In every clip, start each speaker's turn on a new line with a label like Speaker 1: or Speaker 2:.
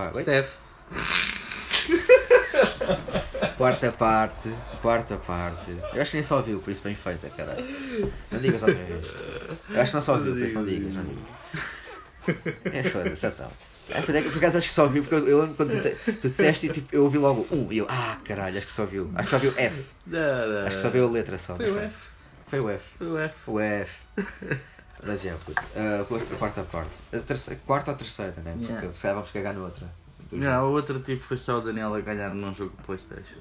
Speaker 1: Ah, wait.
Speaker 2: Steph.
Speaker 1: Quarta parte, quarta parte. Eu acho que nem só viu, por isso bem feita, caralho. Não digas outra vez. Eu acho que não só viu, por isso não digas, não digas. É foda-se, então. É, por acaso- por acaso acho que só viu, porque eu eu lembro quando tu disseste, tu disseste e tipo, eu ouvi logo um, e eu, ah caralho, acho que só viu. Acho que só viu F.
Speaker 2: Não, não.
Speaker 1: Acho que só viu a letra só.
Speaker 2: Foi
Speaker 1: mas
Speaker 2: o
Speaker 1: pronto.
Speaker 2: F,
Speaker 1: Foi o F.
Speaker 2: foi o F.
Speaker 1: O F. Mas é, puto. Ah, puto, a quarta parte. A terceira, quarta ou terceira, né? Porque
Speaker 2: Yeah.
Speaker 1: se calhar vamos cagar noutra.
Speaker 2: Não, o outro tipo foi só o Daniel a ganhar num jogo de Playstation.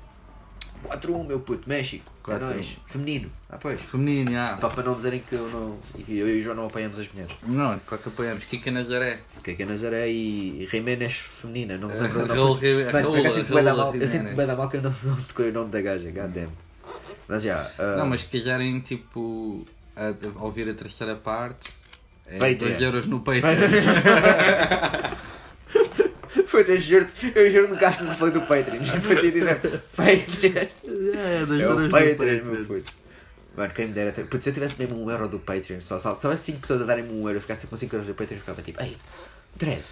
Speaker 1: 4-1, meu puto, México.
Speaker 2: 4-1.
Speaker 1: É nóis. Feminino. Ah, pois.
Speaker 2: Feminino, ah.
Speaker 1: Só para não dizerem que eu, não, e que eu e o João não apanhamos as mulheres.
Speaker 2: Não, qual que apoiamos? Kika Nazaré.
Speaker 1: Porque aqui a Nazaré e Jiménez feminina, não me lembro o nome.
Speaker 2: É, Raul Ri-
Speaker 1: Mano, por
Speaker 2: Raul-
Speaker 1: acaso sinto bué da
Speaker 2: Raul
Speaker 1: mal- Eu
Speaker 2: Jiménez.
Speaker 1: sinto bem da mal que eu não, não decorei o nome da gaja, goddamn. Mas já. ah,
Speaker 2: Não, mas se quiserem, tipo, a- a ouvir a terceira parte, é
Speaker 1: Patreon.
Speaker 2: 2 euros no peito.
Speaker 1: Foi, eu juro-te, eu juro no gajo que me falei do Patreon. Foi te dizer Patreon.
Speaker 2: É, 2
Speaker 1: É o
Speaker 2: euros no peito.
Speaker 1: Patreon, meu puto. Mano, quem me dera. ter- Putz, se eu tivesse mesmo um euro do Patreon, só, só, só as 5 pessoas a darem-me um euro, eu ficasse com 5 euros do Patreon, eu ficava tipo, ei, Dredd,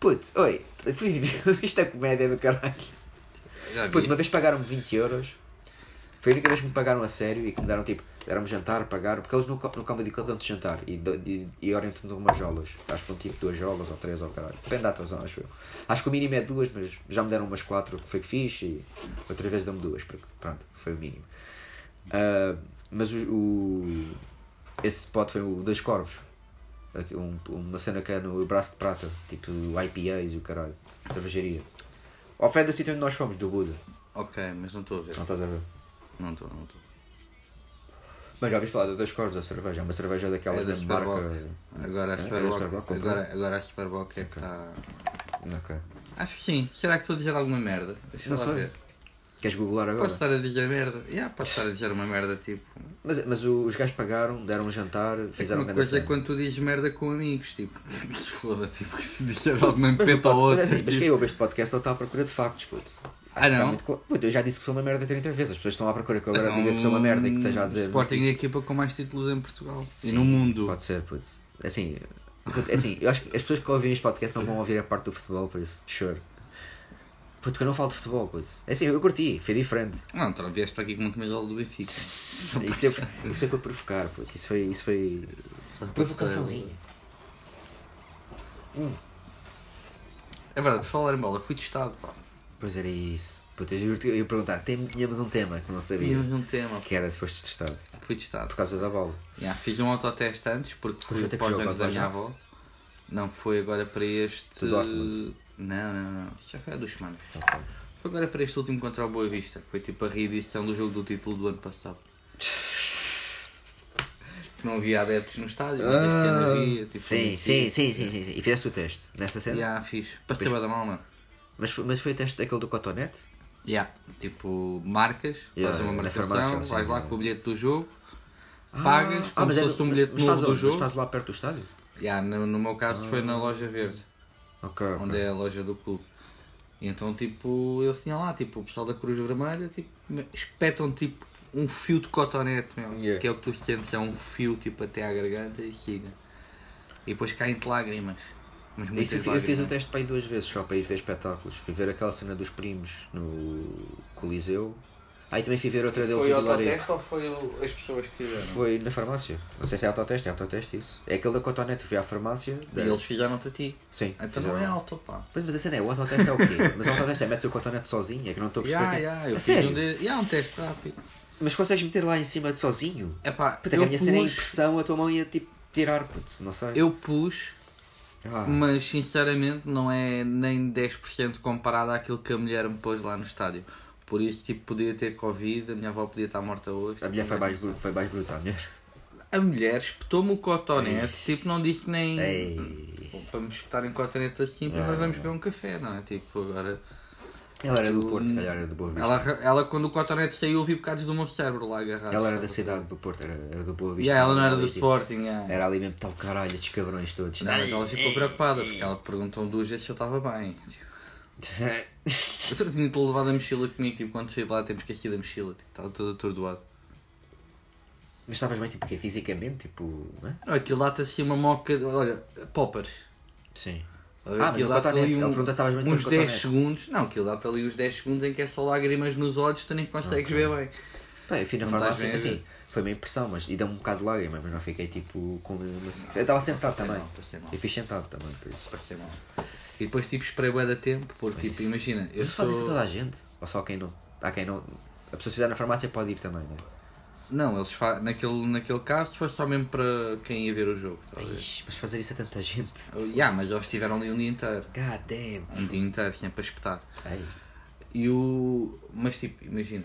Speaker 1: puto, oi, fui viste a comédia do caralho.
Speaker 2: Já
Speaker 1: Puto, uma
Speaker 2: viste?
Speaker 1: vez pagaram-me 20 euros, foi a única vez que me pagaram a sério e que me deram tipo, deram-me jantar, pagaram, porque eles no, co- no Comedy Club dão-te jantar e, do- e, e orientam-te de umas jolas. Acho que dão tipo duas jolas ou três ou caralho, depende da atuação, acho eu. Acho que o mínimo é duas, mas já me deram umas quatro, que foi que fiz, e outra vez dão-me duas, porque pronto, foi o mínimo. Ah, mas o, o- Esse spot foi o Dois Corvos. Aqui, um- uma cena que é no Braço de Prata, tipo IPAs e o caralho, cervejaria. Ao pé do sítio onde nós fomos, do Buda.
Speaker 2: Ok, mas não estou a ver.
Speaker 1: Não estás a ver?
Speaker 2: Não estou, não estou.
Speaker 1: Mas já ouviste falar da Dois Corvos, da cerveja? É uma cerveja daquelas
Speaker 2: É da
Speaker 1: da marca.
Speaker 2: Superboc. Agora
Speaker 1: É?
Speaker 2: a
Speaker 1: É da
Speaker 2: Superboc.
Speaker 1: Superboc,
Speaker 2: Agora, agora a Superboc é que
Speaker 1: Ok.
Speaker 2: está.
Speaker 1: Ok.
Speaker 2: Acho que sim. Será que estou a dizer alguma merda? Deixa
Speaker 1: Não
Speaker 2: lá
Speaker 1: sei.
Speaker 2: ver.
Speaker 1: Queres googlar agora?
Speaker 2: Posso estar a dizer merda? Yeah, posso estar a dizer uma merda tipo.
Speaker 1: Mas, mas o- os gajos pagaram, deram um jantar, fizeram
Speaker 2: uma
Speaker 1: grande
Speaker 2: coisa é
Speaker 1: cena.
Speaker 2: quando tu dizes merda com amigos, tipo. se Foda, tipo, que se disser alguma
Speaker 1: Mas, o
Speaker 2: peta ao
Speaker 1: pod- mas,
Speaker 2: outro.
Speaker 1: é assim, mas quem
Speaker 2: tipo,
Speaker 1: ouve este podcast ele está à procura de factos, puto.
Speaker 2: Ah,
Speaker 1: Acho que está
Speaker 2: não?
Speaker 1: muito cla- Puto, eu já disse que sou uma merda 30 vezes. As pessoas estão à procura é que eu agora
Speaker 2: então,
Speaker 1: diga que sou uma merda e que esteja a dizer.
Speaker 2: Sporting é a
Speaker 1: notícias.
Speaker 2: equipa com mais títulos em Portugal
Speaker 1: Sim,
Speaker 2: e no mundo.
Speaker 1: Pode ser, puto. Assim, puto, é assim, eu acho que as pessoas que ouvem este podcast não vão ouvir a parte do futebol, por isso, sure. Puto, porque eu não falo de futebol, puto. É assim, eu curti, foi diferente.
Speaker 2: Não, então vieste para aqui com uma camisola do Benfica.
Speaker 1: Isso, é- isso foi para provocar, puto. Isso foi. Isso foi. Provocaçãozinha.
Speaker 2: É verdade, por falar em bola, fui testado, pá.
Speaker 1: Pois era isso. Puto, eu juro-te, eu ia perguntar, tem- tínhamos um tema que não sabia.
Speaker 2: Tínhamos um tema, pá.
Speaker 1: Que era se foste testado.
Speaker 2: fui testado.
Speaker 1: Por causa da bola.
Speaker 2: Yeah, fiz um autoteste antes, porque
Speaker 1: Mas
Speaker 2: fui
Speaker 1: até que
Speaker 2: para os
Speaker 1: jogo,
Speaker 2: anos da
Speaker 1: contra o
Speaker 2: minha
Speaker 1: Ajax?
Speaker 2: avó. Não foi agora para este.
Speaker 1: Do Dortmund?
Speaker 2: Não, não, não. Isto já foi há duas semanas.
Speaker 1: Ok.
Speaker 2: Foi agora para este último contra o Boa Vista. Foi tipo a reedição do jogo do título do ano passado. Não havia adeptos no estádio, mas este ano havia. Tipo,
Speaker 1: Ah, Sim, sim, sim, sim, sim, sim. E fizeste o teste nessa cena?
Speaker 2: Yeah, fiz. Passei bué da mal, mano.
Speaker 1: Mas, foi- mas foi o teste daquele do Cotonete?
Speaker 2: Yeah. Tipo, marcas,
Speaker 1: Yeah,
Speaker 2: fazes uma
Speaker 1: na
Speaker 2: marcação,
Speaker 1: farmácia, sim,
Speaker 2: vais lá
Speaker 1: yeah.
Speaker 2: com o bilhete do jogo, pagas,
Speaker 1: ah,
Speaker 2: como
Speaker 1: mas
Speaker 2: se
Speaker 1: é
Speaker 2: fosse
Speaker 1: no-
Speaker 2: um bilhete
Speaker 1: mas
Speaker 2: novo
Speaker 1: faz
Speaker 2: do
Speaker 1: onde?
Speaker 2: jogo.
Speaker 1: Mas faz lá perto do estádio?
Speaker 2: Yeah, no, no meu caso foi na loja verde,
Speaker 1: Ok. Ah. ok.
Speaker 2: onde é a loja do clube. E então tipo, eles tinham lá, tipo, o pessoal da Cruz Vermelha, tipo, me- espetam tipo um fio de cotonete, meu,
Speaker 1: Yeah.
Speaker 2: que é o que tu sentes, é um fio tipo até à garganta e siga. E depois caem-te lágrimas. Mas muitas
Speaker 1: Isso, eu fi- eu
Speaker 2: lágrimas.
Speaker 1: fiz o teste para ir duas vezes, só para ir ver espetáculos. Fui ver aquela cena dos primos no Coliseu. Aí também fui ver outra deles
Speaker 2: Foi
Speaker 1: no
Speaker 2: o
Speaker 1: Vilarejo.
Speaker 2: autoteste ou foi o- as pessoas que fizeram?
Speaker 1: Foi na farmácia. Não sei se é autoteste, é autoteste isso. É aquele da Cotonete, fui à farmácia.
Speaker 2: E
Speaker 1: da-
Speaker 2: eles fizeram-te a ti.
Speaker 1: Sim,
Speaker 2: Então
Speaker 1: fizeram
Speaker 2: não é
Speaker 1: lá.
Speaker 2: alto, pá.
Speaker 1: Pois, mas a cena é, o autoteste é o quê? Mas o autoteste é meter o cotonete sozinho, é que não estou a perceber.
Speaker 2: Yeah,
Speaker 1: que-
Speaker 2: yeah, eu
Speaker 1: a
Speaker 2: fiz
Speaker 1: sério?
Speaker 2: um, de... yeah, um teste rápido.
Speaker 1: Mas consegues meter lá em cima de sozinho?
Speaker 2: É pá,
Speaker 1: Puta, que a
Speaker 2: eu
Speaker 1: minha cena é
Speaker 2: pus,
Speaker 1: impressão, a tua mão ia tipo tirar, puto, não sei.
Speaker 2: eu pus
Speaker 1: Ah,
Speaker 2: Mas sinceramente não é nem 10% comparado àquilo que a mulher me pôs lá no estádio. Por isso, tipo, podia ter Covid, a minha avó podia estar morta hoje.
Speaker 1: a mulher foi mais, bru- foi mais bruta, a mulher.
Speaker 2: A mulher espetou-me o cotonete, tipo, não disse nem.
Speaker 1: Ei.
Speaker 2: Bom, Para me espetarem cotonete assim, primeiro vamos beber um café, não é? Tipo, agora.
Speaker 1: Ela era do Porto, se calhar era de Boa Vista.
Speaker 2: Ela,
Speaker 1: Ela,
Speaker 2: ela, quando o cotonete saiu, eu vi bocados do meu cérebro lá agarrado.
Speaker 1: era da cidade do Porto, era, era do Boa
Speaker 2: E
Speaker 1: Vista.
Speaker 2: ela não era do
Speaker 1: ali, tipo,
Speaker 2: Sporting, é.
Speaker 1: Era ali mesmo tal caralho, estes cabrões todos.
Speaker 2: Não, mas ela ficou preocupada, porque ela perguntou duas vezes se eu estava bem. Eu só tinha levado a mochila comigo, tipo, quando saí de lá, temos esquecido a mochila, tipo, estava todo atordoado.
Speaker 1: Mas estavas bem, tipo, quê? Fisicamente, tipo, não é?
Speaker 2: Não, aquilo lá está assim uma moca, de- olha, poppers.
Speaker 1: Sim.
Speaker 2: Tá a ver?
Speaker 1: Ah, mas
Speaker 2: Aquilo
Speaker 1: o
Speaker 2: dá-te
Speaker 1: cotonete.
Speaker 2: ali
Speaker 1: Ele perguntou se estavas bem com
Speaker 2: uns
Speaker 1: os
Speaker 2: 10
Speaker 1: cotonetes.
Speaker 2: segundos. Não, aquilo dá-te ali uns 10 segundos em que é só lágrimas nos olhos, tu nem consegues ver bem.
Speaker 1: Bem, eu fui na
Speaker 2: Não estás
Speaker 1: farmácia,
Speaker 2: bem a é- ver.
Speaker 1: assim, foi uma impressão, mas e deu-me um bocado de lágrima, mas não fiquei tipo com. Uma... Eu estava sentado
Speaker 2: Passei
Speaker 1: também.
Speaker 2: mal, passei mal.
Speaker 1: Eu fiz sentado também, por isso.
Speaker 2: Pareceu mal. E depois tipo esperei bué da tempo, porque tipo, imagina, eu
Speaker 1: Mas faz isso a
Speaker 2: sou-
Speaker 1: toda a gente? Ou só quem não. Há quem não. A pessoa se fizer na farmácia pode ir também, né?
Speaker 2: Não, eles fa... naquele, naquele caso foi só mesmo para quem ia ver o jogo. Tá a ver?
Speaker 1: Ixi, mas fazer isso a tanta gente.
Speaker 2: Ya, mas eles estiveram ali um dia inteiro.
Speaker 1: God damn.
Speaker 2: Um dia inteiro, sempre a espetar.
Speaker 1: Ai,
Speaker 2: E o. Mas tipo, imagina.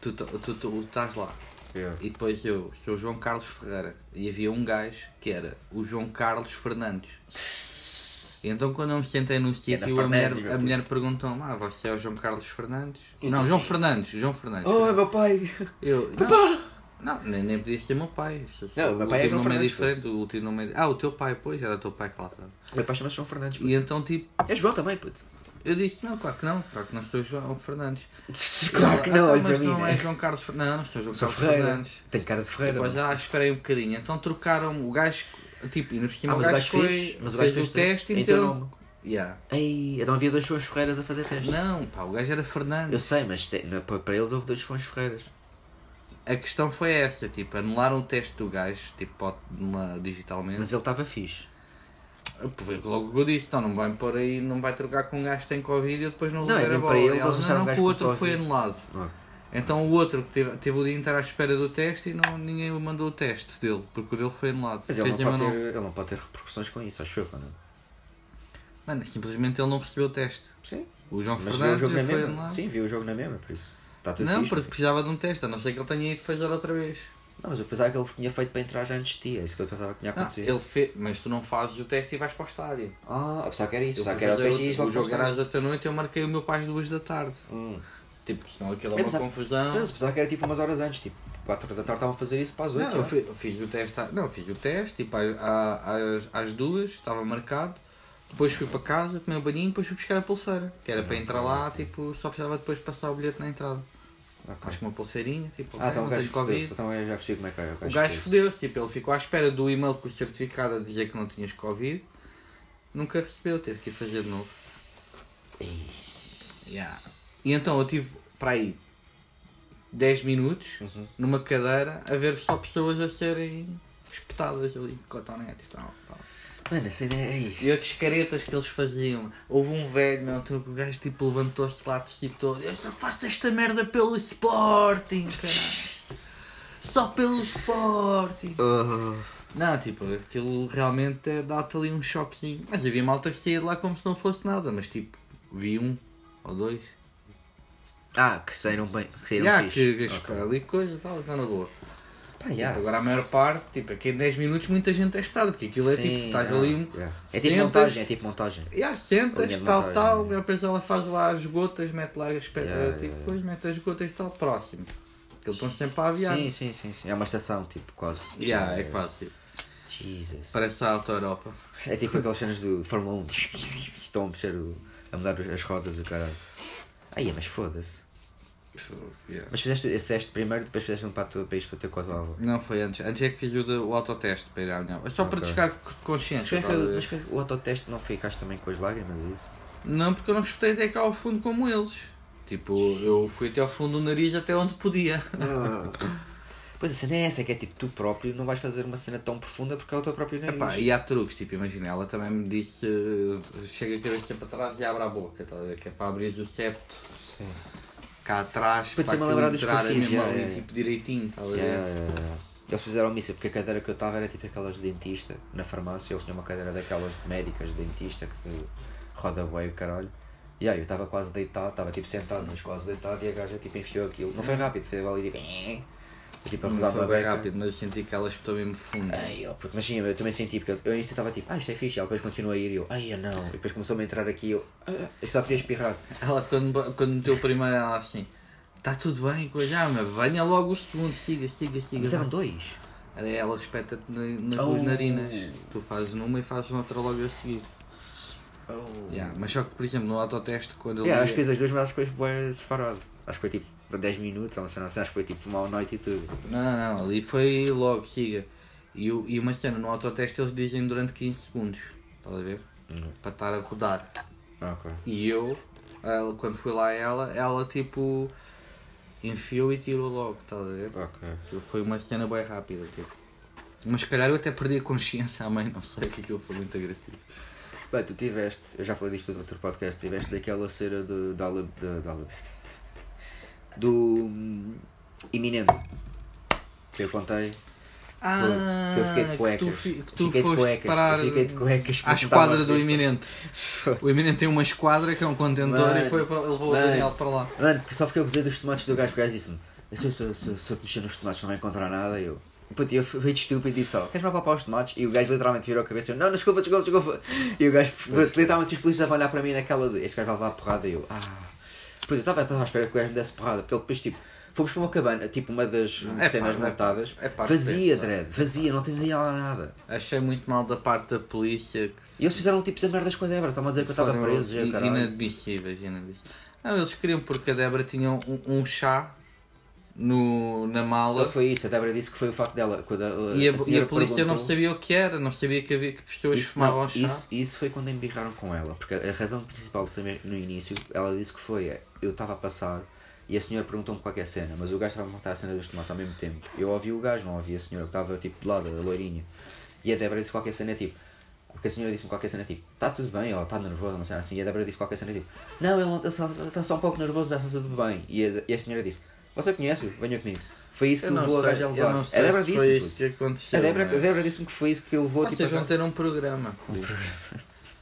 Speaker 2: Tu, tu, tu, tu estás lá.
Speaker 1: eu.
Speaker 2: E depois eu sou o João Carlos Ferreira. E havia um gajo que era o João Carlos Fernandes. E então quando eu me sentei no sítio, a mulher,
Speaker 1: Fernandes, meu
Speaker 2: a
Speaker 1: puto.
Speaker 2: mulher perguntou-me, ah, você é o João Carlos Fernandes?
Speaker 1: E
Speaker 2: não,
Speaker 1: tu
Speaker 2: João
Speaker 1: sim.
Speaker 2: Fernandes, João Fernandes.
Speaker 1: Oh, meu pai!
Speaker 2: Eu, não, não nem, nem podia ser meu pai. Isso-
Speaker 1: Não,
Speaker 2: o
Speaker 1: meu pai é
Speaker 2: último
Speaker 1: João
Speaker 2: nome é
Speaker 1: Fernandes,
Speaker 2: diferente, o último nome é... Ah, o teu pai, pois, era o teu pai que lá estava.
Speaker 1: Meu pai chama-se João Fernandes.
Speaker 2: E então, tipo,
Speaker 1: puto. É João também, puto.
Speaker 2: eu disse, não, claro que não, claro que não sou João Fernandes.
Speaker 1: Claro que não,
Speaker 2: ah,
Speaker 1: olha para
Speaker 2: mas
Speaker 1: mim.
Speaker 2: não
Speaker 1: né?
Speaker 2: é João Carlos Fernandes. Não, não sou João
Speaker 1: Sou
Speaker 2: Carlos
Speaker 1: Ferreira.
Speaker 2: Fernandes.
Speaker 1: Tem cara de Ferreira.
Speaker 2: Depois,
Speaker 1: mano.
Speaker 2: ah, esperei um bocadinho. Então trocaram o gajo, tipo, e no cima
Speaker 1: Ah,
Speaker 2: o
Speaker 1: mas o
Speaker 2: gajo
Speaker 1: gajo
Speaker 2: foi,
Speaker 1: fez. Então Mas o
Speaker 2: fez
Speaker 1: gajo
Speaker 2: o teste e
Speaker 1: Em teu
Speaker 2: meteu.
Speaker 1: nome.
Speaker 2: Yeah.
Speaker 1: Ei, então havia dois João Ferreiras a fazer teste.
Speaker 2: Não, pá, o gajo era Fernandes.
Speaker 1: Eu sei, mas te- na- para para eles houve dois João Ferreiras.
Speaker 2: A questão foi essa, tipo, anularam o teste do gajo, tipo, pode- na- digitalmente.
Speaker 1: Mas ele estava fixe.
Speaker 2: Foi logo o que eu disse, então não vai pôr aí, não vai trocar com um gajo que tem Covid e eu depois não
Speaker 1: Não,
Speaker 2: vou ver
Speaker 1: nem
Speaker 2: a bola.
Speaker 1: para eles,
Speaker 2: E
Speaker 1: eles
Speaker 2: elas,
Speaker 1: acharam
Speaker 2: não,
Speaker 1: um
Speaker 2: não,
Speaker 1: gajo
Speaker 2: que o
Speaker 1: com
Speaker 2: outro foi
Speaker 1: Covid.
Speaker 2: anulado.
Speaker 1: Não. é?
Speaker 2: Então o outro que teve, teve o dia inteiro à espera do teste e não, ninguém o mandou o teste dele, porque o dele foi anulado.
Speaker 1: Mas ele não,
Speaker 2: Seja,
Speaker 1: pode
Speaker 2: mas
Speaker 1: ter, ele não pode ter repercussões com isso, acho eu, não. é?
Speaker 2: Mano, simplesmente ele não recebeu o teste.
Speaker 1: Sim.
Speaker 2: O João
Speaker 1: Mas viu o
Speaker 2: Fernandes
Speaker 1: jogo na
Speaker 2: foi
Speaker 1: mesma.
Speaker 2: anulado.
Speaker 1: Sim, viu o jogo na mesma, por isso. Está tudo
Speaker 2: Não,
Speaker 1: fixe.
Speaker 2: porque precisava de um teste, a não ser que ele tenha ido fazer outra vez.
Speaker 1: Não, mas eu pensava que ele tinha feito para entrar já antes de ti, é isso que eu pensava que tinha
Speaker 2: Não,
Speaker 1: acontecido.
Speaker 2: ele fez, mas tu não fazes o teste e vais para o estádio.
Speaker 1: Ah, eu pensava que era isso,
Speaker 2: Eu
Speaker 1: pensava
Speaker 2: fui
Speaker 1: que era o
Speaker 2: fazer
Speaker 1: teste e isto
Speaker 2: outro- o
Speaker 1: logo
Speaker 2: jogo
Speaker 1: para o
Speaker 2: era às
Speaker 1: estádio.
Speaker 2: 8 da noite eu marquei o meu pai às 2 da tarde.
Speaker 1: Hum.
Speaker 2: Tipo, senão aquilo é
Speaker 1: Eu
Speaker 2: uma
Speaker 1: pensava-
Speaker 2: confusão.
Speaker 1: Não, eu pensava que era tipo umas horas antes, tipo 4 da tarde estavam a fazer isso para as é? 8.
Speaker 2: Não, eu fi- eu fiz, o teste, à- não, fiz o teste, tipo, à- à- às, às duas, estava marcado, depois fui para casa, tomei um banhinho, depois fui buscar a pulseira, que era para entrar lá, tipo, só precisava depois passar o bilhete na entrada. Acho que uma pulseirinha, tipo, ok,
Speaker 1: Ah, então o
Speaker 2: não
Speaker 1: gajo
Speaker 2: tenho Covid.
Speaker 1: fodeu-se, então eu já percebi como é que é.
Speaker 2: O gajo
Speaker 1: fodeu-se.
Speaker 2: fodeu-se, tipo, ele ficou à espera do e-mail com o certificado a dizer que não tinhas Covid, nunca recebeu, teve que ir fazer de novo. Yeah. E então eu tive para aí 10 minutos
Speaker 1: Uhum.
Speaker 2: numa cadeira a ver só pessoas a serem espetadas ali, cotonetes e tal. tal.
Speaker 1: Mano, a cena é aí.
Speaker 2: E outras caretas que eles faziam. Houve um velho, meu, que o gajo tipo levantou-se lá de si todo. Eu só faço esta merda pelo Sporting, caralho. Só pelo Sporting. Não, tipo, aquilo realmente é- dá-te ali um choquezinho. Mas havia malta que saía de lá como se não fosse nada, mas tipo, vi um ou dois.
Speaker 1: Ah, que saíram bem, que saíram
Speaker 2: Já,
Speaker 1: fixe.
Speaker 2: que, que espera ali coisa e tal, está na boa.
Speaker 1: Pá, já.
Speaker 2: Tipo, agora a maior parte, tipo, aqui em 10 minutos muita gente é espetada, porque aquilo é tipo,
Speaker 1: Sim,
Speaker 2: estás
Speaker 1: não,
Speaker 2: ali um.
Speaker 1: já. É tipo
Speaker 2: sentas-
Speaker 1: montagem, é tipo montagem.
Speaker 2: Já, sentas,
Speaker 1: Linha de
Speaker 2: tal,
Speaker 1: montagem,
Speaker 2: tal,
Speaker 1: né?
Speaker 2: e depois ela faz lá as gotas, mete lá as pe-
Speaker 1: Yeah,
Speaker 2: tipo,
Speaker 1: yeah,
Speaker 2: depois mete as gotas e tal, próximo. Porque eles estão sempre a aviar.
Speaker 1: Sim, sim, sim, sim. É uma estação, tipo, quase.
Speaker 2: Já, é quase, tipo,
Speaker 1: Jesus.
Speaker 2: parece a Alta Europa.
Speaker 1: É tipo aquelas cenas do Fórmula 1. Estão a mexer, o- a mudar as rodas e o caralho. Aí, mas foda-se.
Speaker 2: Yeah.
Speaker 1: Mas fizeste esse teste primeiro, depois fizeste um para, o teu país para ter com a tua avó.
Speaker 2: Não foi antes, antes é que fiz o, de, o autoteste para ir à minha Só para
Speaker 1: Ok.
Speaker 2: descar
Speaker 1: Mas,
Speaker 2: consciência.
Speaker 1: como é que-
Speaker 2: tá a ver?
Speaker 1: mas como é que o autoteste não ficaste também com as lágrimas e isso?
Speaker 2: Não, porque eu não espetei até cá ao fundo como eles. Tipo, eu fui até ao fundo do nariz até onde podia. Ah.
Speaker 1: Pois a cena é essa, que é tipo tu próprio não vais fazer uma cena tão profunda porque é o teu próprio nariz.
Speaker 2: Epá, e há truques, tipo, imagina, ela também me disse eh, chega a cabeça para trás e abre a boca, tá a ver? Que é para abrir o septo
Speaker 1: Sim.
Speaker 2: cá atrás,
Speaker 1: Para
Speaker 2: para
Speaker 1: ter-me
Speaker 2: aquilo
Speaker 1: lembrado dos
Speaker 2: entrar
Speaker 1: perfis,
Speaker 2: mesmo
Speaker 1: já,
Speaker 2: ali,
Speaker 1: é.
Speaker 2: tipo, direitinho, tá a ver?
Speaker 1: Yeah. Ah, Eles fizeram missa porque a cadeira que eu estava era tipo aquelas de dentista na farmácia. Eles tinham uma cadeira daquelas médicas de dentista que te roda bem o caralho. E aí eu estava quase deitado, estava tipo sentado, mas quase deitado. E a gaja tipo enfiou aquilo. Não foi rápido, foi ali tipo. "Eh", Tipo a
Speaker 2: Não
Speaker 1: rodar
Speaker 2: foi
Speaker 1: uma
Speaker 2: bem
Speaker 1: beca.
Speaker 2: rápido, mas eu senti que ela espetou mesmo fundo.
Speaker 1: Ai, eu, porque, mas sim, eu também senti, porque eu, eu início estava tipo, ah, isto é fixe, e ela depois continua a ir e eu, ai, eu não. E depois começou-me a entrar aqui e eu, ah, eu só queria espirrar.
Speaker 2: Ela, quando, quando meteu o primeiro, ela assim, está tudo bem, coisa, ah, mas venha logo o segundo, siga, siga,
Speaker 1: Mas
Speaker 2: siga.
Speaker 1: eram dois.
Speaker 2: Ela, ela espeta-te na- nas
Speaker 1: Oh.
Speaker 2: duas narinas, tu fazes numa e fazes outra logo a seguir.
Speaker 1: Oh.
Speaker 2: Yeah, mas só que, por exemplo, no autoteste, quando ele.
Speaker 1: Yeah, É, acho que fiz as duas, mas acho que foi bem separado. Acho que foi tipo 10 minutos, ou não sei, não sei, acho que foi tipo uma noite e tudo.
Speaker 2: Não, não, ali foi logo, siga. E, o- e uma cena, no autoteste eles dizem durante 15 segundos. Tá estás a ver? Para estar a rodar.
Speaker 1: Ah, ok.
Speaker 2: E eu, ela- quando fui lá a ela, ela tipo enfiou e tirou logo, estás a ver?
Speaker 1: Ok.
Speaker 2: Aquilo Foi uma cena bem rápida, tipo. Mas se calhar eu até perdi a consciência à mãe, não sei, que aquilo foi muito agressivo.
Speaker 1: Bem, tu tiveste, eu já falei disto no outro podcast, tiveste daquela cena de, da Ala- da- da Ala Besta. Do hum, iminente. Que eu contei. Pronto, que eu fiquei de
Speaker 2: Ah, que
Speaker 1: cuecas.
Speaker 2: tu fi- que tu
Speaker 1: Fiquei de
Speaker 2: foste
Speaker 1: cuecas, eu
Speaker 2: parar
Speaker 1: fiquei de cuecas
Speaker 2: à
Speaker 1: porque
Speaker 2: esquadra
Speaker 1: estava
Speaker 2: do
Speaker 1: triste.
Speaker 2: iminente. O iminente tem uma esquadra que é um contentor
Speaker 1: Mano,
Speaker 2: e foi para, levou
Speaker 1: mano.
Speaker 2: o Daniel para lá.
Speaker 1: Mano, porque- só porque eu gozei dos tomates do gajo, o gajo disse-me: "Mas se, eu- se, eu- se, eu- se eu te mexer nos tomates não vai encontrar nada. E eu, puto, eu fui de estúpido e disse só: Queres me apalpar os tomates? E o gajo literalmente virou a cabeça e eu: Não, não, desculpa, desculpa, desculpa. E o gajo, literalmente, os polícias a olhar para mim naquela de: Este gajo vai levar porrada. E eu, ah. Puto, eu estava estava à espera que o gajo me desse porrada, porque ele depois, tipo, fomos para uma cabana, tipo, uma das
Speaker 2: É
Speaker 1: cenas
Speaker 2: pá, é-
Speaker 1: montadas,
Speaker 2: é pá,
Speaker 1: vazia,
Speaker 2: pensa.
Speaker 1: dread, vazia, não tinha lá nada.
Speaker 2: Achei muito mal da parte da polícia que
Speaker 1: E eles fizeram tipo de merdas com a Débora, estavam a dizer que eu estava
Speaker 2: Foram
Speaker 1: preso, e eu,
Speaker 2: in-
Speaker 1: caralho.
Speaker 2: Inadmissíveis, inadmissíveis. Não, eles queriam porque a Débora tinha um, um chá no, na
Speaker 1: Não
Speaker 2: mala
Speaker 1: foi isso, a Débora disse que foi o facto dela. Quando a,
Speaker 2: e a, e
Speaker 1: senhora
Speaker 2: a polícia não
Speaker 1: perguntou-
Speaker 2: sabia o que era, não sabia que havia que pessoas
Speaker 1: Isso,
Speaker 2: fumavam
Speaker 1: não,
Speaker 2: chá.
Speaker 1: isso, isso foi quando embirraram com ela, porque a razão principal de saber no início, ela disse que foi, é, eu estava a passar e a senhora perguntou-me qualquer cena, mas o gajo estava a montar a cena dos tomates ao mesmo tempo. Eu ouvi o gajo, não ouvi a senhora, que estava tipo de lado, a loirinha. E a Débora disse qualquer cena tipo, porque a senhora disse-me qualquer cena tipo, está tudo bem, ou está nervoso, uma cena assim, e a Débora disse qualquer cena tipo, não, ele não está só, tá só um pouco nervoso, mas está tudo bem. E a, e a senhora disse, você conhece-o, venha comigo. Foi isso que
Speaker 2: Eu não
Speaker 1: levou a
Speaker 2: sei,
Speaker 1: gajo a
Speaker 2: eu não
Speaker 1: levar.
Speaker 2: sei
Speaker 1: A Débora
Speaker 2: se foi
Speaker 1: disse.
Speaker 2: isto que
Speaker 1: puto.
Speaker 2: aconteceu.
Speaker 1: A Débora,
Speaker 2: não é?
Speaker 1: a Débora disse-me que foi isso que levou tipo,
Speaker 2: Vocês
Speaker 1: a-
Speaker 2: vão ter um programa.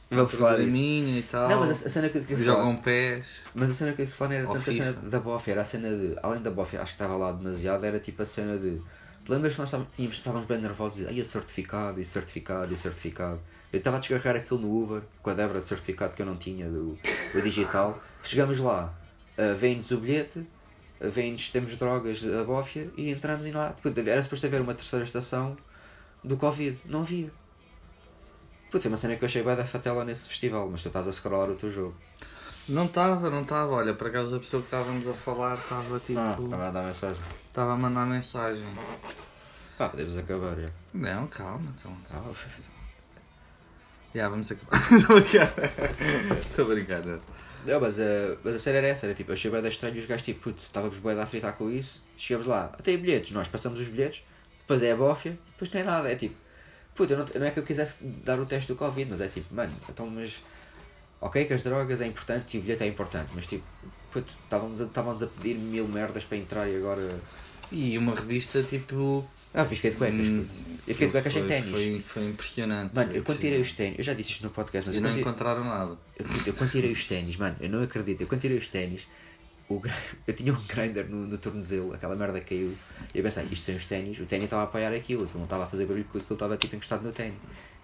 Speaker 1: Vamos
Speaker 2: Um
Speaker 1: falar disso. um
Speaker 2: programinha e tal.
Speaker 1: Não, mas a, a cena que eu queria falar.
Speaker 2: Jogam pés.
Speaker 1: Mas a cena que eu queria falar não era
Speaker 2: Ao
Speaker 1: tanto a
Speaker 2: FIFA.
Speaker 1: cena da Boff, era a cena de. Além da Boff, acho que estava lá demasiado, era tipo a cena de. te Lembras que nós estávamos, tínhamos- estávamos bem nervosos e aí o certificado, e certificado, e certificado. Eu estava a desgarrar aquilo no Uber, com a Débora, o certificado que eu não tinha, do, do digital. Chegamos lá, ah, vem-nos o bilhete, ah, vem-nos, temos drogas, a bófia, e entramos e não há. Puta, Era suposto haver uma terceira estação do Covid, não havia. Puta, foi uma cena que eu achei bem da fatela nesse festival, mas tu estás a scrollar o teu jogo.
Speaker 2: Não estava, não estava. Olha, por acaso a pessoa que estávamos a falar estava
Speaker 1: Ah,
Speaker 2: tipo.
Speaker 1: estava a dar mensagem.
Speaker 2: Estava a mandar mensagem. Ah,
Speaker 1: Pá, podemos acabar já.
Speaker 2: Não, calma, então.
Speaker 1: Ah,
Speaker 2: Já, vamos acabar. Estou a brincar. Estou a brincar. não.
Speaker 1: Não, mas, a mas a série era essa, era tipo, eu achei bué da estranho e os gajos tipo, puto, estávamos bué da a fritar com isso, chegamos lá, até aí bilhetes, nós passamos os bilhetes, depois é a bófia, depois não é nada, é tipo, puto, eu não, não é que eu quisesse dar o teste do Covid, mas é tipo, mano, então mas, ok que as drogas é importante e o bilhete é importante, mas tipo, puto, estávamos a, estávamos a pedir mil merdas para entrar e agora...
Speaker 2: E uma revista tipo.
Speaker 1: Ah, fiquei de cuecas,
Speaker 2: Hum,
Speaker 1: puto. Eu fiquei de cuecas sem
Speaker 2: foi-
Speaker 1: ténis.
Speaker 2: Foi, foi impressionante.
Speaker 1: Mano, eu
Speaker 2: Foi
Speaker 1: quando tirei os ténis, eu já disse isto no podcast, mas
Speaker 2: E
Speaker 1: eu
Speaker 2: não
Speaker 1: quando tirei-
Speaker 2: encontraram nada.
Speaker 1: Eu, eu quando tirei os ténis, mano, eu não acredito. Eu quando tirei os ténis, o gra- eu tinha um grinder no, no tornozelo, aquela merda caiu. E eu pensei, isto sem os ténis, o ténis estava a apoiar aquilo, aquilo não estava a fazer barulho porque aquilo estava tipo encostado no ténis.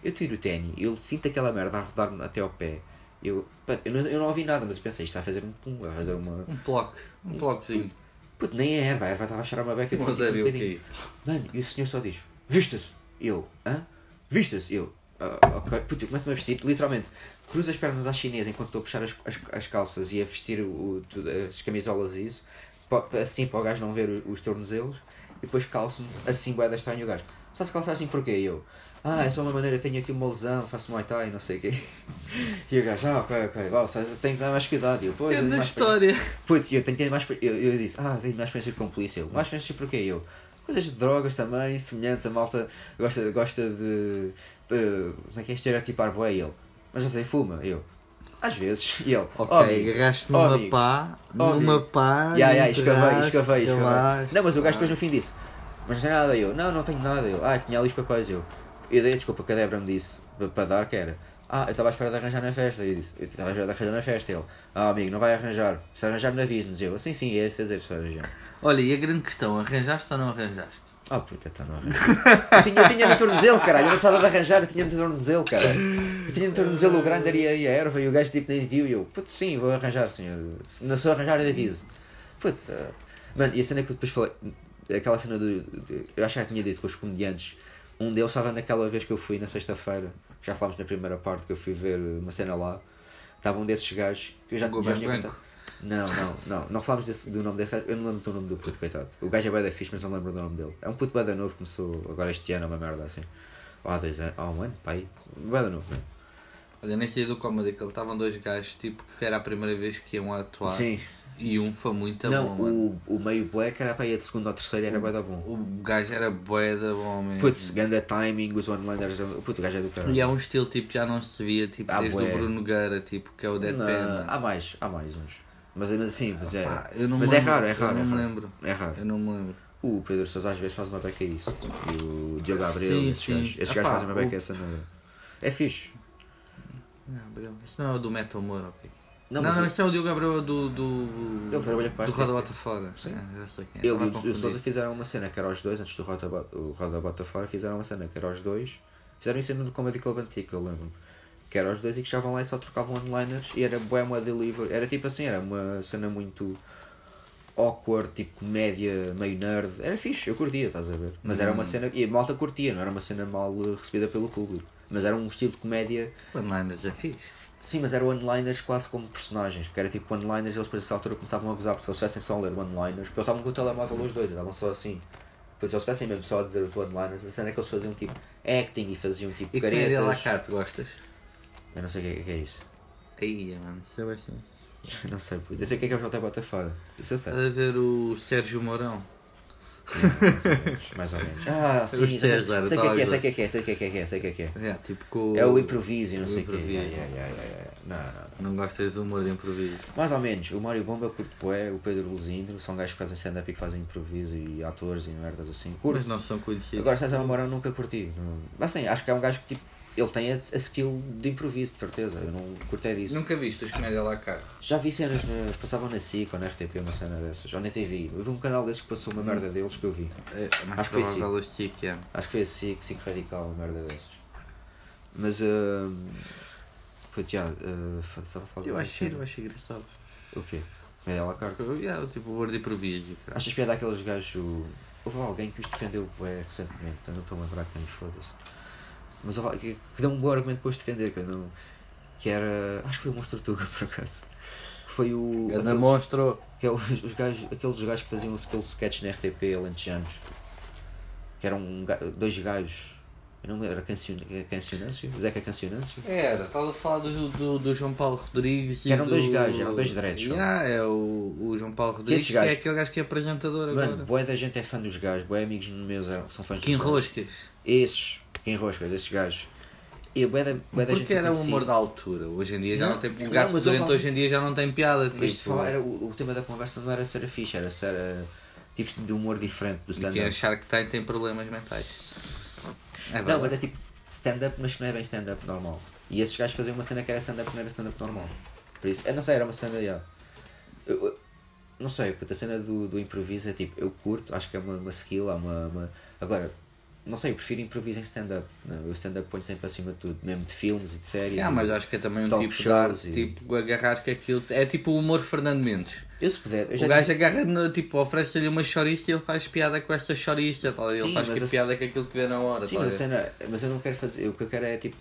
Speaker 1: Eu tiro o ténis, eu sinto aquela merda a rodar-me até ao pé. Eu, pá, eu, não, eu não ouvi nada, mas eu pensei, isto está a fazer um pum, vai fazer uma.
Speaker 2: Um bloco. Um blocozinho.
Speaker 1: Puto, nem é, a erva, a erva estava a cheirar uma beca. eu
Speaker 2: Mas
Speaker 1: tinha
Speaker 2: é
Speaker 1: que ir
Speaker 2: viu
Speaker 1: um
Speaker 2: o
Speaker 1: bocadinho.
Speaker 2: quê?
Speaker 1: Mano, e o senhor só diz: Vista-se! Eu, hã? Vista-se! Eu, "Ah, ok. Puto, eu começo-me a vestir, literalmente, cruzo as pernas à chinesa enquanto estou a puxar as, as, as calças e a vestir o, o- tudo, as camisolas e isso, pa- pa- assim para o gajo não ver o- os tornozelos, e depois calço-me assim, boeda estranho o gajo. Estás a calçar assim porquê? E eu, ah, é só uma maneira, tenho aqui uma lesão, faço muay thai, não sei o quê. E o gajo, ah, ok, ok, vá, só tenho que dar mais cuidado. E eu, pois, eu
Speaker 2: Grande
Speaker 1: tenho mais
Speaker 2: história.
Speaker 1: Puto, eu tenho que ter mais. experi- Eu, eu disse, ah, tenho mais experiência com polícia. Eu, mais experiência porquê? Eu, coisas de drogas também, semelhantes. A malta gosta, gosta de. de- como é que é estereotipar boé? Ele, mas você fuma? Eu, às vezes. E ele,
Speaker 2: Ok,
Speaker 1: "Oh, amigo,
Speaker 2: agarraste
Speaker 1: oh,
Speaker 2: numa
Speaker 1: amigo."
Speaker 2: pá.
Speaker 1: Ó,
Speaker 2: numa
Speaker 1: amigo.
Speaker 2: pá.
Speaker 1: Ya, ya,
Speaker 2: enterraste,
Speaker 1: escavei, escavei, escavei.
Speaker 2: cavaste.
Speaker 1: Não, mas o gajo depois no fim disse, mas não tem nada, eu, não, não tenho nada, eu, ah, tinha ali os papéis, eu. Eu dei a desculpa que a Débora me disse pa- para dar, que era, ah, eu estava à espera de arranjar na festa, eu disse, eu estava à espera de arranjar na festa, ele, ah, amigo, não vai arranjar, se arranjar me avise-nos, eu, sim, sim, é de fazer, se arranjar.
Speaker 2: Olha, e a grande questão, arranjaste ou não arranjaste?
Speaker 1: Ah, puta, então não arranjar. Eu tinha, eu tinha no tornozelo, caralho, eu não precisava de arranjar, eu tinha no tornozelo, caralho. Eu tinha no tornozelo o grinder e a, e a erva e o gajo tipo nem viu e eu, puto, sim, vou arranjar, senhor. Se não sou arranjar, eu aviso. Puto, ah. mano, e a cena que eu depois falei, aquela cena do. do- eu acho que já tinha dito com os comediantes, um deles estava naquela vez que eu fui na sexta-feira, que já falámos na primeira parte, que eu fui ver uma cena lá, estava um desses gajos que eu já,
Speaker 2: O
Speaker 1: já
Speaker 2: Gomes
Speaker 1: tinha
Speaker 2: Branco.
Speaker 1: contado. Não, não, não. Não falámos desse- do nome desse gajo. Eu não lembro do nome do puto, coitado. O gajo é bué da fixe, mas não lembro do nome dele. É um puto bué da novo, começou agora este ano, é uma merda assim. Ou há dois anos, ou há um ano, pai. Bué da novo, não é?
Speaker 2: Olha, neste dia do Comedy Club estavam dois gajos, tipo, que era a primeira vez que iam atuar.
Speaker 1: Sim.
Speaker 2: E um foi muito
Speaker 1: não,
Speaker 2: bom, mano.
Speaker 1: o, o meio black era para ir de segundo ou terceiro, era bem da bom.
Speaker 2: O gajo era bué da bom, mesmo.
Speaker 1: Putz, ganda timing, os one-liners. Putz, o gajo é do caralho.
Speaker 2: E há um estilo, tipo, que já não se via, tipo,
Speaker 1: Ah,
Speaker 2: desde
Speaker 1: bué.
Speaker 2: o Bruno Nogueira, tipo, que é o
Speaker 1: Não,
Speaker 2: Deadpan, mano.
Speaker 1: há mais, há mais uns. Mas, mas assim, mas é.
Speaker 2: Pá, eu não
Speaker 1: mas
Speaker 2: me
Speaker 1: é
Speaker 2: lembro,
Speaker 1: raro, é
Speaker 2: eu
Speaker 1: raro.
Speaker 2: não
Speaker 1: é
Speaker 2: me
Speaker 1: raro.
Speaker 2: lembro.
Speaker 1: É raro.
Speaker 2: Eu não me lembro.
Speaker 1: O Pedro Sousa às vezes faz uma beca a isso. E o Diogo Gabriel,
Speaker 2: Sim,
Speaker 1: esses
Speaker 2: sim.
Speaker 1: gajos. Esses
Speaker 2: Ah
Speaker 1: gajos
Speaker 2: pá,
Speaker 1: fazem uma beca
Speaker 2: o-
Speaker 1: essa não é? É fixe.
Speaker 2: Não, Gabriel, Isso não é o do Metal Moura, ok?
Speaker 1: Não,
Speaker 2: Não, não,
Speaker 1: mas o-
Speaker 2: esse é o Diogo Gabriel do. do
Speaker 1: Ele trabalha para a
Speaker 2: Do
Speaker 1: Azteca.
Speaker 2: Roda Bota Fora. Sim, já sei quem é.
Speaker 1: ele
Speaker 2: Estava
Speaker 1: e o-
Speaker 2: a
Speaker 1: o
Speaker 2: confundir.
Speaker 1: Sousa fizeram uma cena que era os dois, antes do Roda, Bo- o Roda Bota Fora, fizeram uma cena que era os dois. Fizeram isso no Comedy Club Antigo, eu lembro. Que era os dois e que estavam lá e só trocavam one-liners e era bué uma delivery. Era tipo assim, era uma cena muito awkward, tipo comédia, meio nerd. Era fixe, eu curtia, estás a ver? Mas era
Speaker 2: Hum.
Speaker 1: uma cena. E a malta curtia, não era uma cena mal eh, recebida pelo público. Mas era um estilo de comédia
Speaker 2: Online já fiz.
Speaker 1: Sim, mas eram one-liners quase como personagens, porque era tipo one-liners e eles depois dessa altura começavam a gozar, porque se eles estivessem só a ler one-liners, porque eles estavam com o telemóvel os dois, andavam só assim. Depois se eles estivessem mesmo só a dizer os one-liners, a cena é que eles faziam tipo acting e faziam tipo
Speaker 2: E comédia é à la
Speaker 1: caretas.
Speaker 2: carte, gostas?
Speaker 1: Eu não sei o que é, que é isso.
Speaker 2: Aí, mano, isso é bastante.
Speaker 1: não sei, puto. eu sei o que é que é o Jota Botafora. Isso eu sei.
Speaker 2: Estás a ver o Sérgio Mourão?
Speaker 1: mais ou menos, mais ou menos. Ah, sim,
Speaker 2: Os
Speaker 1: eu sei,
Speaker 2: César,
Speaker 1: sei o que é que é,
Speaker 2: tá
Speaker 1: sei o que é que é, sei o que é que é, que é, sei o que é que é.
Speaker 2: É, tipo com.
Speaker 1: É o improviso e não
Speaker 2: o
Speaker 1: sei o que é.
Speaker 2: improviso.
Speaker 1: Yeah, yeah, yeah, yeah, yeah. Não, não, não.
Speaker 2: Não gostas do humor de improviso?
Speaker 1: Mais ou menos, o Mário Bomba curto poé, o Pedro Luzindo, são gajos que fazem stand-up e que fazem improviso e atores e merdas assim.
Speaker 2: Mas
Speaker 1: Curto.
Speaker 2: não são conhecidos.
Speaker 1: Agora César Mourão nunca curti. Não- Mas assim, acho que é um gajo que tipo, ele tem a, a skill de improviso, de certeza. Eu não curtei disso.
Speaker 2: Nunca viste as comédias à la carte?
Speaker 1: Já vi cenas, na, passavam na SIC ou na RTP, uma cena dessas, ou na TV. Eu vi um canal desses que passou uma merda deles que eu vi.
Speaker 2: É, é mais
Speaker 1: Acho que foi
Speaker 2: provável o Chique, é.
Speaker 1: Acho que foi a SIC, SIC Radical, uma merda dessas. Mas, ah, foi, Tiago, ah, estava a falar de
Speaker 2: Eu
Speaker 1: outra
Speaker 2: acho
Speaker 1: cena.
Speaker 2: giro, acho engraçado.
Speaker 1: O quê? É à la carte.
Speaker 2: Eu, yeah, tipo, o humor de improviso. cara.
Speaker 1: Achas piada aqueles gajos. Houve alguém que os defendeu bué recentemente, eu não estou a lembrar quem, foda-se. Mas houve, que, que deu um bom argumento para os defender, que eu não. Que era. Acho que foi o Monstro Tuga, por acaso. Que foi o.
Speaker 2: Ganda
Speaker 1: aqueles-
Speaker 2: monstro!
Speaker 1: que é os, os gajos, aqueles gajos que faziam aquele sketch na RTP alentejanos. Que eram um ga- dois gajos. Eu não me lembro, era Cancion- Cancionâncio? Zeca Cancionâncio?
Speaker 2: Era, estava É, a falar do, do, do João Paulo Rodrigues
Speaker 1: Que eram
Speaker 2: e do...
Speaker 1: dois gajos, eram dois dreads, só.
Speaker 2: Yeah, é o, o João Paulo Rodrigues,
Speaker 1: esses
Speaker 2: que, é
Speaker 1: gajos-
Speaker 2: aquele gajo que é apresentador
Speaker 1: Mano,
Speaker 2: agora.
Speaker 1: boé da gente é fã dos gajos, boé amigos meus eram- são fãs
Speaker 2: Que
Speaker 1: dos gajos.
Speaker 2: enroscas.
Speaker 1: Esses, que enroscas, esses gajos. E a bué da, bué da gente
Speaker 2: Porque
Speaker 1: que eu
Speaker 2: era o
Speaker 1: conheci.
Speaker 2: humor da altura. Hoje em dia já
Speaker 1: Não,
Speaker 2: não tem... O
Speaker 1: não,
Speaker 2: gato
Speaker 1: mas eu
Speaker 2: fedorento
Speaker 1: falo-
Speaker 2: hoje em dia já não tem piada,
Speaker 1: Mas se
Speaker 2: tipo...
Speaker 1: falar, era, o, o tema da conversa não era ser a ficha, era ser eh, tipos de humor diferente do
Speaker 2: E quem
Speaker 1: stand-up.
Speaker 2: achar que tem, tem problemas mentais. É
Speaker 1: Não,
Speaker 2: verdade.
Speaker 1: mas é tipo stand-up, mas que não é bem stand-up normal. E esses gajos faziam uma cena que era stand-up, que não era stand-up normal. Por isso, eu não sei, era uma cena, yeah. Eu- eu- não sei, puto, a cena do, do improviso é tipo, eu curto, acho que é uma, uma skill, há uma, uma- Agora, não sei, eu prefiro improviso em stand-up. né? Eu stand-up ponho sempre acima de tudo, mesmo de filmes e de séries.
Speaker 2: Ah,
Speaker 1: e-
Speaker 2: mas acho que é também um
Speaker 1: talk
Speaker 2: tipo de arte,
Speaker 1: shows e-
Speaker 2: tipo, agarrar que aquilo... É tipo o humor Fernando Mendes.
Speaker 1: Eu se puder, eu já
Speaker 2: O gajo agarra, no, tipo, oferece-lhe uma chouriça e ele faz piada com essa chouriça, tá? ele
Speaker 1: Sim,
Speaker 2: faz
Speaker 1: mas
Speaker 2: que
Speaker 1: a-
Speaker 2: piada com aquilo que vê na hora.
Speaker 1: Sim,
Speaker 2: tá?
Speaker 1: mas a cena, mas eu não quero fazer, o que eu quero é tipo,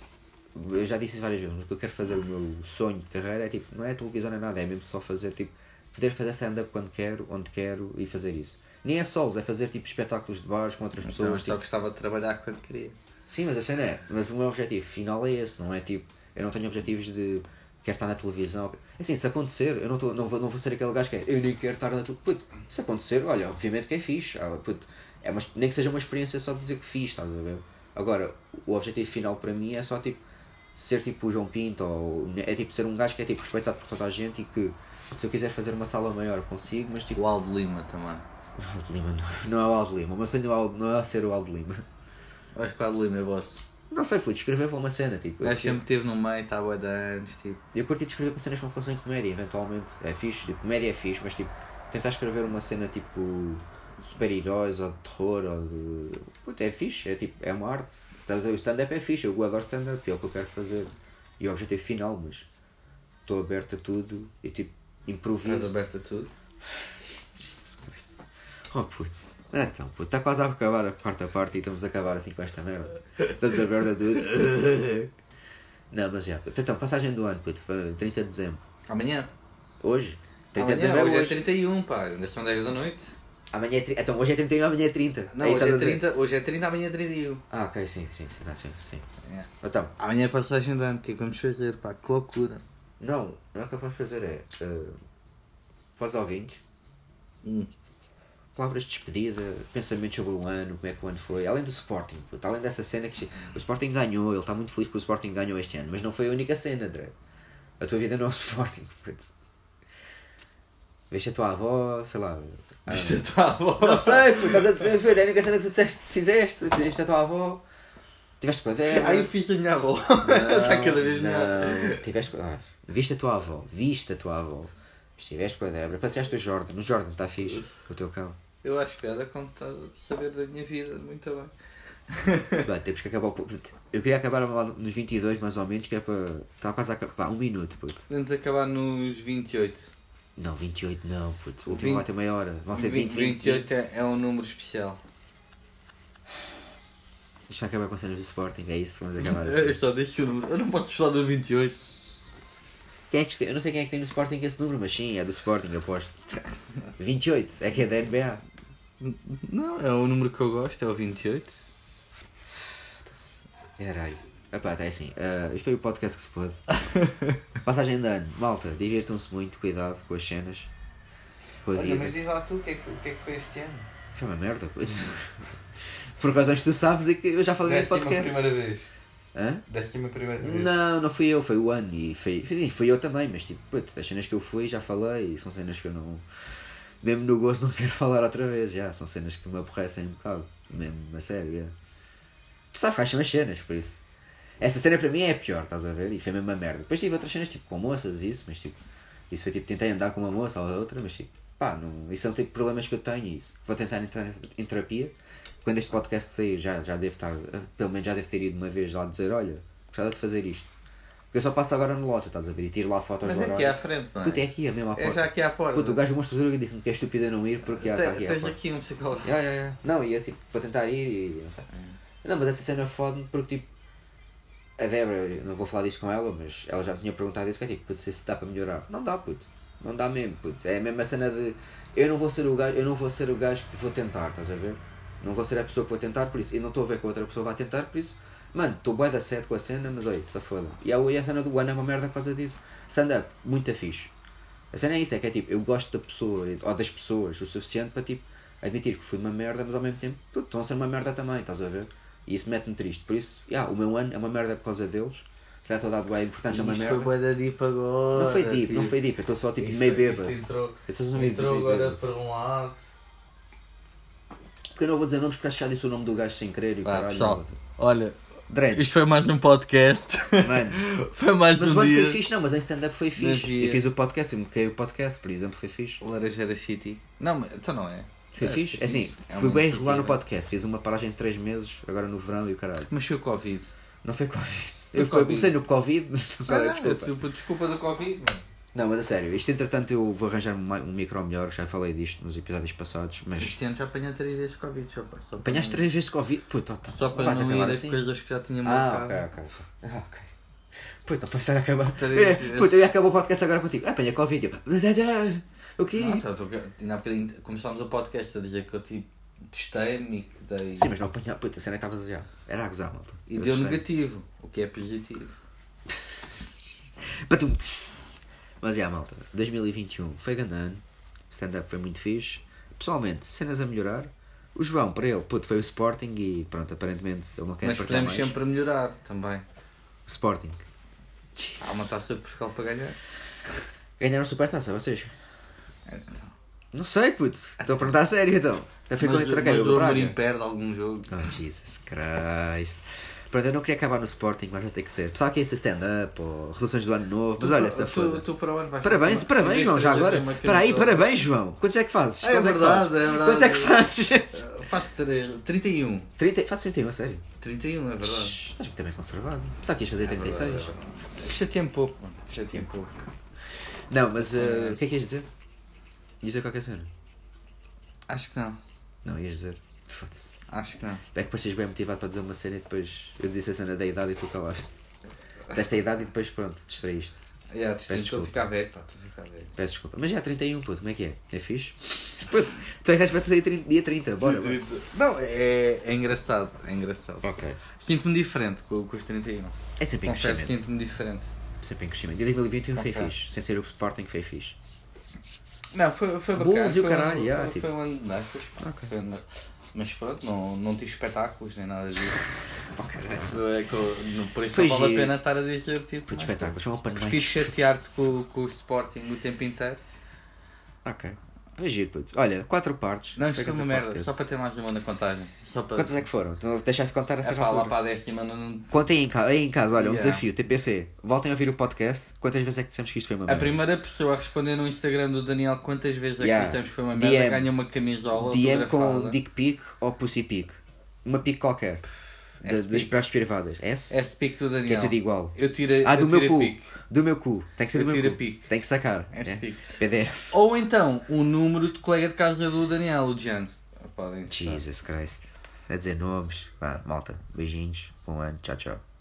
Speaker 1: eu já disse isso várias vezes, mas o que eu quero fazer, o meu sonho de carreira é tipo, não é televisão nem nada, é mesmo só fazer tipo, poder fazer stand-up quando quero, onde quero e fazer isso. Nem é solos, é fazer tipo espetáculos de bares com outras
Speaker 2: Não,
Speaker 1: pessoas.
Speaker 2: só
Speaker 1: tipo-
Speaker 2: gostava de trabalhar quando queria.
Speaker 1: Sim, mas a cena é, mas o meu objetivo final é esse, não é tipo, eu não tenho objetivos de quero estar na televisão. Assim, se acontecer, eu não, tô, não, vou, não vou ser aquele gajo que é, eu nem quero estar na televisão. Puto, se acontecer, olha, obviamente que é fixe. Ah, puto, é uma, nem que seja uma experiência só de dizer que fiz, estás a ver? Agora, o objetivo final para mim é só tipo ser tipo o João Pinto, ou, é tipo ser um gajo que é tipo respeitado por toda a gente e que se eu quiser fazer uma sala maior consigo, mas tipo.
Speaker 2: O Aldo Lima também.
Speaker 1: O Aldo Lima não, não é o Aldo Lima, o meu sonho não é o Aldo- não é ser o Aldo Lima.
Speaker 2: Eu Acho que o Aldo Lima é vosso.
Speaker 1: Não sei, puto, escrever foi uma cena, tipo.
Speaker 2: O
Speaker 1: eu
Speaker 2: gajo
Speaker 1: queria-
Speaker 2: sempre esteve no meio, estava há de anos, tipo.
Speaker 1: Eu curti de escrever cenas que não fossem comédia, eventualmente. É fixe, tipo, comédia é fixe, mas tipo, tentar escrever uma cena tipo de super-heróis ou de terror ou de. Puta, é fixe, é tipo, é uma arte. Estás a ver? O stand-up é fixe, eu adoro stand-up, é o que eu quero fazer. E o objetivo final, mas estou aberto a tudo e tipo,
Speaker 2: Estás
Speaker 1: improviso.
Speaker 2: aberto a tudo.
Speaker 1: Oh putz. Ah, Então, puto, está quase a acabar a quarta parte e estamos a acabar assim com esta merda. Estamos a merda tudo. Não, mas já. Então, passagem do ano, puto, foi 30 de dezembro.
Speaker 2: Amanhã.
Speaker 1: Hoje? 30 de
Speaker 2: Amanhã,
Speaker 1: dezembro é
Speaker 2: hoje é
Speaker 1: hoje.
Speaker 2: 31, pá, ainda são 10 da noite.
Speaker 1: Amanhã é 30. Então hoje é 31, amanhã é 30.
Speaker 2: Não,
Speaker 1: É isso que
Speaker 2: hoje,
Speaker 1: estás
Speaker 2: é
Speaker 1: a dizer?
Speaker 2: 30, hoje é 30, amanhã é 31.
Speaker 1: Ah, ok, sim, sim, sim, tá, sim, sim.
Speaker 2: É.
Speaker 1: Então,
Speaker 2: Amanhã é passagem de ano, o que é que vamos fazer? Pá, que loucura.
Speaker 1: não, não é o que vamos fazer é. eh, para os ouvintes,
Speaker 2: Hum.
Speaker 1: palavras de despedida, pensamentos sobre o ano, como é que o ano foi, além do Sporting, puto, além dessa cena que. O Sporting ganhou, ele está muito feliz porque o Sporting ganhou este ano, mas não foi a única cena, André. A tua vida não é o Sporting, puto. Veste a tua avó, sei lá. ah,
Speaker 2: Viste a é tua avó?
Speaker 1: Não sei, puto, estás a dizer, foi a única cena que tu disseste, fizeste, fizeste a tua avó, tiveste com a dela.
Speaker 2: Aí eu fiz a minha avó. Está cada vez melhor.
Speaker 1: Não, tiveste, ah, viste a tua avó, viste a tua avó, estiveste com a Débora, passeaste o Jordan, o Jordan está fixe, o teu cão.
Speaker 2: Eu acho que era como estás a saber da minha vida, muito bem.
Speaker 1: Bem, temos que acabar o puto. Eu queria acabar lá nos 22 mais ou menos, que é para. Está quase a acabar. Pá, um minuto, puto.
Speaker 2: Vamos acabar nos 28.
Speaker 1: Não, 28 não, puto. O
Speaker 2: Vinte-
Speaker 1: último lá tem meia hora. Vão ser 20, 20. 20.
Speaker 2: 28 é, é um número especial.
Speaker 1: Isto vai acabar com cenas do Sporting, é isso, vamos acabar
Speaker 2: Eu
Speaker 1: assim.
Speaker 2: só deixo o número. Eu não posso gostar do 28.
Speaker 1: Quem é que, este- eu não sei quem é que tem no Sporting esse número, mas sim, é do Sporting, eu aposto. 28, é que é da NBA.
Speaker 2: Não, é o número que eu gosto, é o 28.
Speaker 1: Caralho. Epá, tá assim. ah, isto foi o podcast que se pôde. Passagem de ano. Malta, divirtam-se muito, cuidado com as cenas. Com a
Speaker 2: Olha,
Speaker 1: vida.
Speaker 2: mas diz lá tu o que, é que, o que é que foi este ano?
Speaker 1: Foi uma merda, puto. Por razões que tu sabes é que eu já falei nesse
Speaker 2: Décima
Speaker 1: podcast.
Speaker 2: primeira vez.
Speaker 1: Hã?
Speaker 2: Décima primeira vez.
Speaker 1: Não, não fui eu, foi o ano e foi. Sim, fui eu também, mas tipo, puto, as cenas que eu fui já falei e são cenas que eu não. Mesmo no gosto não quero falar outra vez, já. São cenas que me aborrecem um bocado. Mesmo a sério, já. Tu sabes quais são as cenas, por isso. Essa cena para mim é a pior, estás a ver? E foi mesmo uma merda. Depois tive outras cenas tipo com moças e isso, mas tipo. Isso foi tipo, tentei andar com uma moça ou outra, mas tipo, pá, não, isso são tipo problemas que eu tenho e isso. Vou tentar entrar em- em terapia. Quando este podcast sair, já, já devo estar, eh, pelo menos já devo ter ido uma vez lá dizer, olha, gostava de fazer isto. Porque eu só passo agora na loja, estás a ver? E tiro lá fotos
Speaker 2: Mas
Speaker 1: do
Speaker 2: é aqui
Speaker 1: horário.
Speaker 2: à frente, não é?
Speaker 1: Puta, é aqui, é mesmo à porta.
Speaker 2: É já aqui à porta.
Speaker 1: Puta, o gajo mostrou e disse-me que é estúpido eu não ir porque já está
Speaker 2: Te-
Speaker 1: aqui à
Speaker 2: Tens
Speaker 1: porta.
Speaker 2: aqui um psicólogo.
Speaker 1: Ya, ya, ya. Não, e eu tipo, vou tentar ir e não sei. Não, mas essa cena fode-me porque tipo. A Débora, eu não vou falar disto com ela, mas ela já me tinha perguntado isso, que é tipo, puto, se dá para melhorar. Não dá, puto. Não dá mesmo, puto. É a mesma cena de eu não vou ser o gajo, eu não vou ser o gajo que vou tentar, estás a ver? Não vou ser a pessoa que vou tentar, por isso, eu não estou a ver que a outra pessoa vai tentar, por isso, mano, estou bué da sede com a cena, mas olha, safoda. E a, e a cena do ano é uma merda por causa disso. Stand-up, muito fixe. A cena é isso, é que é tipo, eu gosto da pessoa, ou das pessoas, o suficiente para tipo, admitir que fui uma merda, mas ao mesmo tempo, puto, estão a ser uma merda também, estás a ver? E isso mete-me triste. Por isso, yeah, o meu ano é uma merda por causa deles. Já estou a dar bué importância a uma
Speaker 2: Isto foi
Speaker 1: merda.
Speaker 2: bué da deep agora.
Speaker 1: Não foi deep, não
Speaker 2: filho.
Speaker 1: foi deep, eu estou só tipo
Speaker 2: Isto- é-
Speaker 1: meio bêbado.
Speaker 2: isto entrou,
Speaker 1: Eu estou só meio
Speaker 2: entrou
Speaker 1: meio
Speaker 2: agora
Speaker 1: bêbado.
Speaker 2: por um lado.
Speaker 1: Porque eu não vou dizer nomes porque acho que já disse o nome do gajo sem querer e o
Speaker 2: Vá,
Speaker 1: caralho.
Speaker 2: Ah, pessoal.
Speaker 1: malta.
Speaker 2: Olha,
Speaker 1: Dreads,
Speaker 2: isto foi mais um podcast.
Speaker 1: mano.
Speaker 2: foi mais
Speaker 1: Mas o
Speaker 2: um
Speaker 1: ano foi
Speaker 2: dia.
Speaker 1: fixe, não, mas em stand-up foi
Speaker 2: Mas
Speaker 1: fixe.
Speaker 2: e-
Speaker 1: Eu fiz o podcast, eu me criei o podcast, por exemplo, foi fixe.
Speaker 2: Laranjeira City. Não, mas então não é.
Speaker 1: Foi
Speaker 2: Acho
Speaker 1: fixe?
Speaker 2: que
Speaker 1: É assim,
Speaker 2: é
Speaker 1: fui
Speaker 2: uma
Speaker 1: bem regular no
Speaker 2: iniciativa.
Speaker 1: podcast, fiz uma paragem de 3 meses, agora no verão e o caralho.
Speaker 2: Mas foi o Covid.
Speaker 1: Não foi Covid.
Speaker 2: Foi
Speaker 1: Eu,
Speaker 2: Covid.
Speaker 1: comecei no Covid,
Speaker 2: Ah, não,
Speaker 1: desculpa.
Speaker 2: desculpa. desculpa do Covid, mano.
Speaker 1: Não, mas a sério, isto entretanto eu vou arranjar um, mi- um micro melhor, já falei disto nos episódios passados, mas
Speaker 2: Este ano já apanhei três vezes Covid, só para. Só para
Speaker 1: apanhaste
Speaker 2: não-
Speaker 1: 3 vezes Covid, puto, tá,
Speaker 2: Só para
Speaker 1: vais
Speaker 2: não
Speaker 1: acabar
Speaker 2: ir
Speaker 1: assim?
Speaker 2: a coisas que já tinha
Speaker 1: Ah,
Speaker 2: marcado.
Speaker 1: ok, ok. Ah, ok. Puto, depois estar a acabar.
Speaker 2: Três
Speaker 1: Mira,
Speaker 2: vezes.
Speaker 1: Puto, eu ia acabar o podcast agora contigo. Ah, Apanha Covid, eu. O quê?
Speaker 2: Não, então, tô- ainda há bocadinho começámos o podcast a dizer que eu tipo testei-me e que dei.
Speaker 1: Sim, mas não apanhar, puto, a cena é que estavas a olhar. Era a gozar, malta.
Speaker 2: E
Speaker 1: Eu
Speaker 2: deu
Speaker 1: sei.
Speaker 2: negativo, o que é positivo.
Speaker 1: Patum, tss. Mas já, malta, 2021 foi grande ano. Stand-up foi muito fixe. Pessoalmente, cenas a melhorar. O João, para ele, puto, foi o Sporting e pronto, aparentemente ele não quer
Speaker 2: Mas
Speaker 1: partilhar
Speaker 2: podemos
Speaker 1: é mais.
Speaker 2: sempre melhorar também.
Speaker 1: Sporting.
Speaker 2: Há uma taça de Portugal para ganhar.
Speaker 1: Ganharam supertaça, vocês?
Speaker 2: Então,
Speaker 1: Não sei, puto. Estou a perguntar a sério, então. Já foi
Speaker 2: mas,
Speaker 1: contra
Speaker 2: mas um
Speaker 1: quem?
Speaker 2: o
Speaker 1: O Braga?
Speaker 2: Amorim perde algum jogo.
Speaker 1: Oh, Jesus Christ. Pronto, eu não queria acabar no Sporting, mas vai ter que ser. Pessoal, que é esse stand-up ou resoluções do ano novo. Mas olha, essa
Speaker 2: tu,
Speaker 1: foda.
Speaker 2: tu para o ano vais
Speaker 1: Parabéns,
Speaker 2: ter uma-
Speaker 1: parabéns,
Speaker 2: tu
Speaker 1: João,
Speaker 2: tens
Speaker 1: já
Speaker 2: três
Speaker 1: agora.
Speaker 2: vezes uma
Speaker 1: Espera aí,
Speaker 2: camisola.
Speaker 1: parabéns, João. Quantos é que fazes?
Speaker 2: Ah, é
Speaker 1: Quantos
Speaker 2: verdade,
Speaker 1: que fazes?
Speaker 2: é verdade.
Speaker 1: Quantos é que fazes?
Speaker 2: Eh, Faço três- 31.
Speaker 1: Trinta- Faço 31, a sério.
Speaker 2: 31, é verdade. É
Speaker 1: Shhh, Estás muito bem conservado. Sabe que ias fazer 36?
Speaker 2: Chateia-me um pouco, mano. Chateia-me pouco.
Speaker 1: Não, mas eh, o que é que ias dizer? Ias dizer qualquer cena?
Speaker 2: Acho que não.
Speaker 1: Não, ias dizer. Foda-se.
Speaker 2: Acho que não.
Speaker 1: É que parecias bem motivado para dizer uma cena e depois eu disse a cena da idade e tu calaste. Disseste a idade e depois pronto, distraíste.
Speaker 2: É,
Speaker 3: Yeah, tu
Speaker 1: Peço
Speaker 3: estou a
Speaker 1: desculpa.
Speaker 3: ficar velho, pá, estou a ficar velho.
Speaker 1: Peço desculpa. Mas já é 31, puto, como é que é? É fixe? Puto, tu és vais sair 30, dia 30, bora. bora.
Speaker 2: Não, é, é engraçado, é engraçado.
Speaker 1: Ok.
Speaker 2: Sinto-me diferente com, com os 31.
Speaker 1: É sempre em
Speaker 2: Confesso,
Speaker 1: crescimento.
Speaker 2: sinto-me diferente.
Speaker 1: Sempre em crescimento. E 2021 foi
Speaker 3: Ok.
Speaker 1: fixe, sem ser o Sporting foi fixe.
Speaker 2: Não, foi, foi bacana.
Speaker 1: Bulls e o
Speaker 2: foi um-
Speaker 1: caralho,
Speaker 2: foi-
Speaker 1: yeah,
Speaker 2: foi,
Speaker 1: tipo.
Speaker 2: um ano de danças.
Speaker 1: Ok.
Speaker 2: Foi um ano- Mas pronto, não, não tive espetáculos nem nada disso. Não é que eu- não- por isso
Speaker 1: Foi
Speaker 2: não vale a
Speaker 1: giro.
Speaker 2: pena estar a dizer tipo.
Speaker 1: Puto, espetáculo, um chama o
Speaker 2: Prefiro
Speaker 1: panamá.
Speaker 2: chatear-te com, com o Sporting o tempo inteiro.
Speaker 1: Ok. Foi giro, puto. Olha, quatro partes.
Speaker 2: Não,
Speaker 1: Foi
Speaker 2: isto é uma
Speaker 1: grande
Speaker 2: merda,
Speaker 1: podcast.
Speaker 2: só para ter mais uma na contagem. Só para.
Speaker 1: Quantas é que foram? Tu deixaste de contar essa
Speaker 2: é pá, lá para
Speaker 1: altura.
Speaker 2: a décima, não- não-
Speaker 1: Contem em casa, aí em casa, olha, um
Speaker 2: Yeah.
Speaker 1: desafio, TPC, voltem a ouvir o podcast, quantas vezes é que dissemos que isto foi uma
Speaker 2: A
Speaker 1: merda?
Speaker 2: primeira pessoa a responder no Instagram do Daniel quantas vezes é
Speaker 1: Yeah.
Speaker 2: que dissemos que foi uma merda
Speaker 1: DM.
Speaker 2: ganha uma camisola
Speaker 1: DM com
Speaker 2: autografada.
Speaker 1: dick pic ou pussy pic? Uma pic qualquer. Da-
Speaker 2: S é pic.
Speaker 1: das partes privadas. S?
Speaker 2: É speak do
Speaker 1: que é
Speaker 2: Daniel.
Speaker 1: tudo igual.
Speaker 2: Eu tirei,
Speaker 1: Ah,
Speaker 2: eu
Speaker 1: do meu
Speaker 2: tirei
Speaker 1: cu.
Speaker 2: pic.
Speaker 1: Do meu cu. Tem que ser
Speaker 2: Eu
Speaker 1: do meu
Speaker 2: tiro
Speaker 1: cu.
Speaker 2: pic.
Speaker 1: Tem que sacar.
Speaker 2: S
Speaker 1: né?
Speaker 2: pic.
Speaker 1: PDF.
Speaker 2: Ou então, o número de colega de casa do Daniel, o Jans. Podem.
Speaker 1: Jesus Christ. A dizer nomes. Vá, malta. Beijinhos. Bom ano. Tchau, tchau.